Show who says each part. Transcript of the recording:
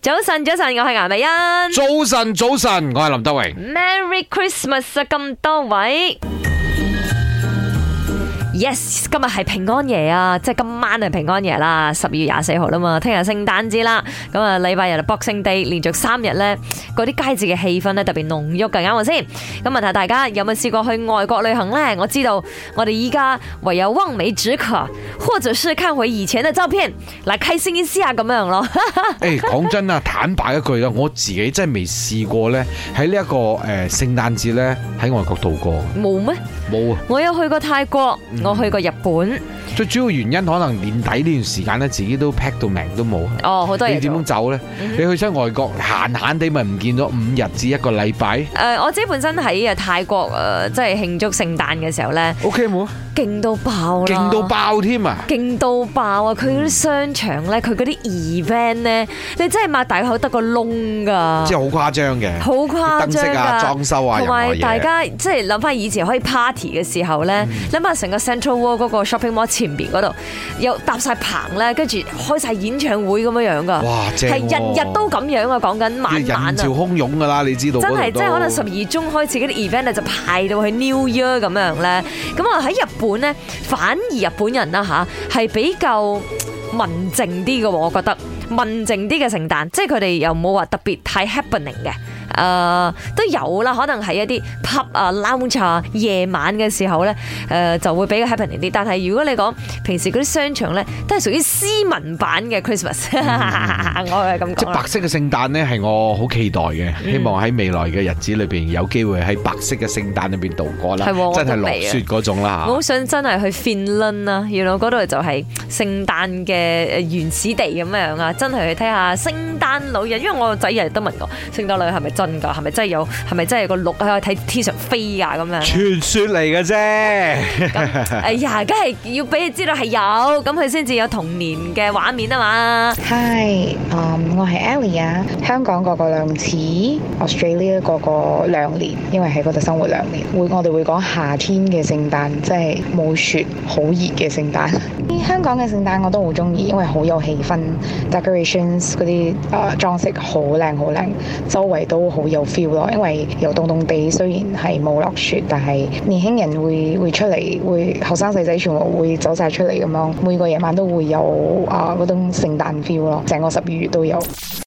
Speaker 1: 早晨，早晨，我係顏美欣。
Speaker 2: 早晨，早晨，我係林 德榮。
Speaker 1: Merry Christmas 啊，咁多位。Yes，今日係平安夜啊，即係今晚係平安夜啦，十二月廿四號啦嘛，聽日聖誕節啦，咁啊禮拜日就 Boxing Day，連續三日呢，嗰啲佳節嘅氣氛呢特別濃郁嘅，啱我先？咁問下大家有冇試過去外國旅行呢？我知道我哋依家唯有望梅止渴，或者是看回以前嘅照片，嗱開心一下咁樣咯。
Speaker 2: 誒，講真啊，坦白一句啦，我自己真係未試過咧，喺呢一個誒聖誕節咧喺外國度過，
Speaker 1: 冇咩？
Speaker 2: 冇啊。
Speaker 1: 我有去過泰國，
Speaker 2: 嗯
Speaker 1: 我去過日本，
Speaker 2: 最主要原因可能年底呢段時間咧，自己都 pack 到命都冇。
Speaker 1: 哦，好多
Speaker 2: 你
Speaker 1: 嘢
Speaker 2: 點啊
Speaker 1: 做嗯
Speaker 2: 樣。走咧？你去出外國閒閒地咪唔見咗五日至一個禮拜
Speaker 1: 誒、我自己本身喺誒泰國誒、即係慶祝聖誕嘅時候咧，
Speaker 2: ？OK 冇？
Speaker 1: 勁到爆啦！
Speaker 2: 勁到！爆添啊！
Speaker 1: 勁到爆啊！佢嗰啲商場咧，佢嗰啲 event 咧，你真係擘大口得個窿㗎，
Speaker 2: 即係好誇張嘅，
Speaker 1: 好誇
Speaker 2: 燈
Speaker 1: 張
Speaker 2: 飾啊、
Speaker 1: 㗎。
Speaker 2: 裝修啊，
Speaker 1: 同
Speaker 2: 任何
Speaker 1: 埋大
Speaker 2: 嘢。嗯
Speaker 1: 家即係諗翻以前可以 party 嘅時候咧，諗下成個 Central World 嗰個 shopping mall 前邊嗰度，又搭晒棚咧，跟住開晒演唱會咁樣樣㗎，
Speaker 2: 哇！正
Speaker 1: 係
Speaker 2: 喎
Speaker 1: 日日都咁樣啊！講緊晚
Speaker 2: 人
Speaker 1: 晚啊
Speaker 2: 潮。洶湧㗎啦，你知道
Speaker 1: 真
Speaker 2: 嗰
Speaker 1: 係，
Speaker 2: 度
Speaker 1: 即係可能
Speaker 2: 都
Speaker 1: 十二中開始嗰啲 event 咧，就排到去 New Year 咁樣咧。咁啊喺日本咧，反而日本人啦吓係比較文靜啲嘅喎，我覺得文靜啲嘅聖誕，即係佢哋又冇話特別太 happening 嘅。誒、都有啦，可能係一啲 pub 啊、lounge 啊，夜晚嘅時候咧，誒、呃就會比較 happening 啲。但係如果你講平時嗰啲商場咧，都係屬於斯文版嘅 Christmas，我係咁嗯講
Speaker 2: 即
Speaker 1: 啊
Speaker 2: 係
Speaker 1: 啦
Speaker 2: 白。色嘅聖誕呢，係我好期待嘅，希望喺未來嘅日子裏邊有機會喺白色嘅聖誕裏邊度過啦
Speaker 1: 係喎，
Speaker 2: 真係
Speaker 1: 我都
Speaker 2: 落
Speaker 1: 未啊
Speaker 2: 雪嗰種啦
Speaker 1: 我好
Speaker 2: 嚇。
Speaker 1: 想真係去 Finland 啦，原來嗰度就係聖誕嘅呃原始地咁樣啊！真係去睇下聖誕老人，因為我個仔日日都問我聖誕老人係咪真㗎，係咪真係有，係咪真係個鹿喺度睇天上飛㗎咁 樣。
Speaker 2: 傳說嚟嘅啫，
Speaker 1: 哎呀，梗係要俾佢知道係有，咁佢先至有童年嘅畫面啊嘛。
Speaker 3: Hi，嗯我係 Ellie 啊，香港過過兩次，Australia 過過兩年，因為喺嗰度生活兩年。會我哋會講夏天嘅聖誕，即係冇雪、好熱嘅聖誕。香港嘅聖誕我都好中意，因為好有氣氛，decorations 嗰啲誒裝飾好靚好靚，周圍都好有 feel 咯。因為又凍凍地，雖然係冇落雪，但係年輕人會會出嚟，會後生細仔全部會走晒出嚟咁樣，每個夜晚都會有啊嗰種聖誕 feel 咯，成個十二月都有。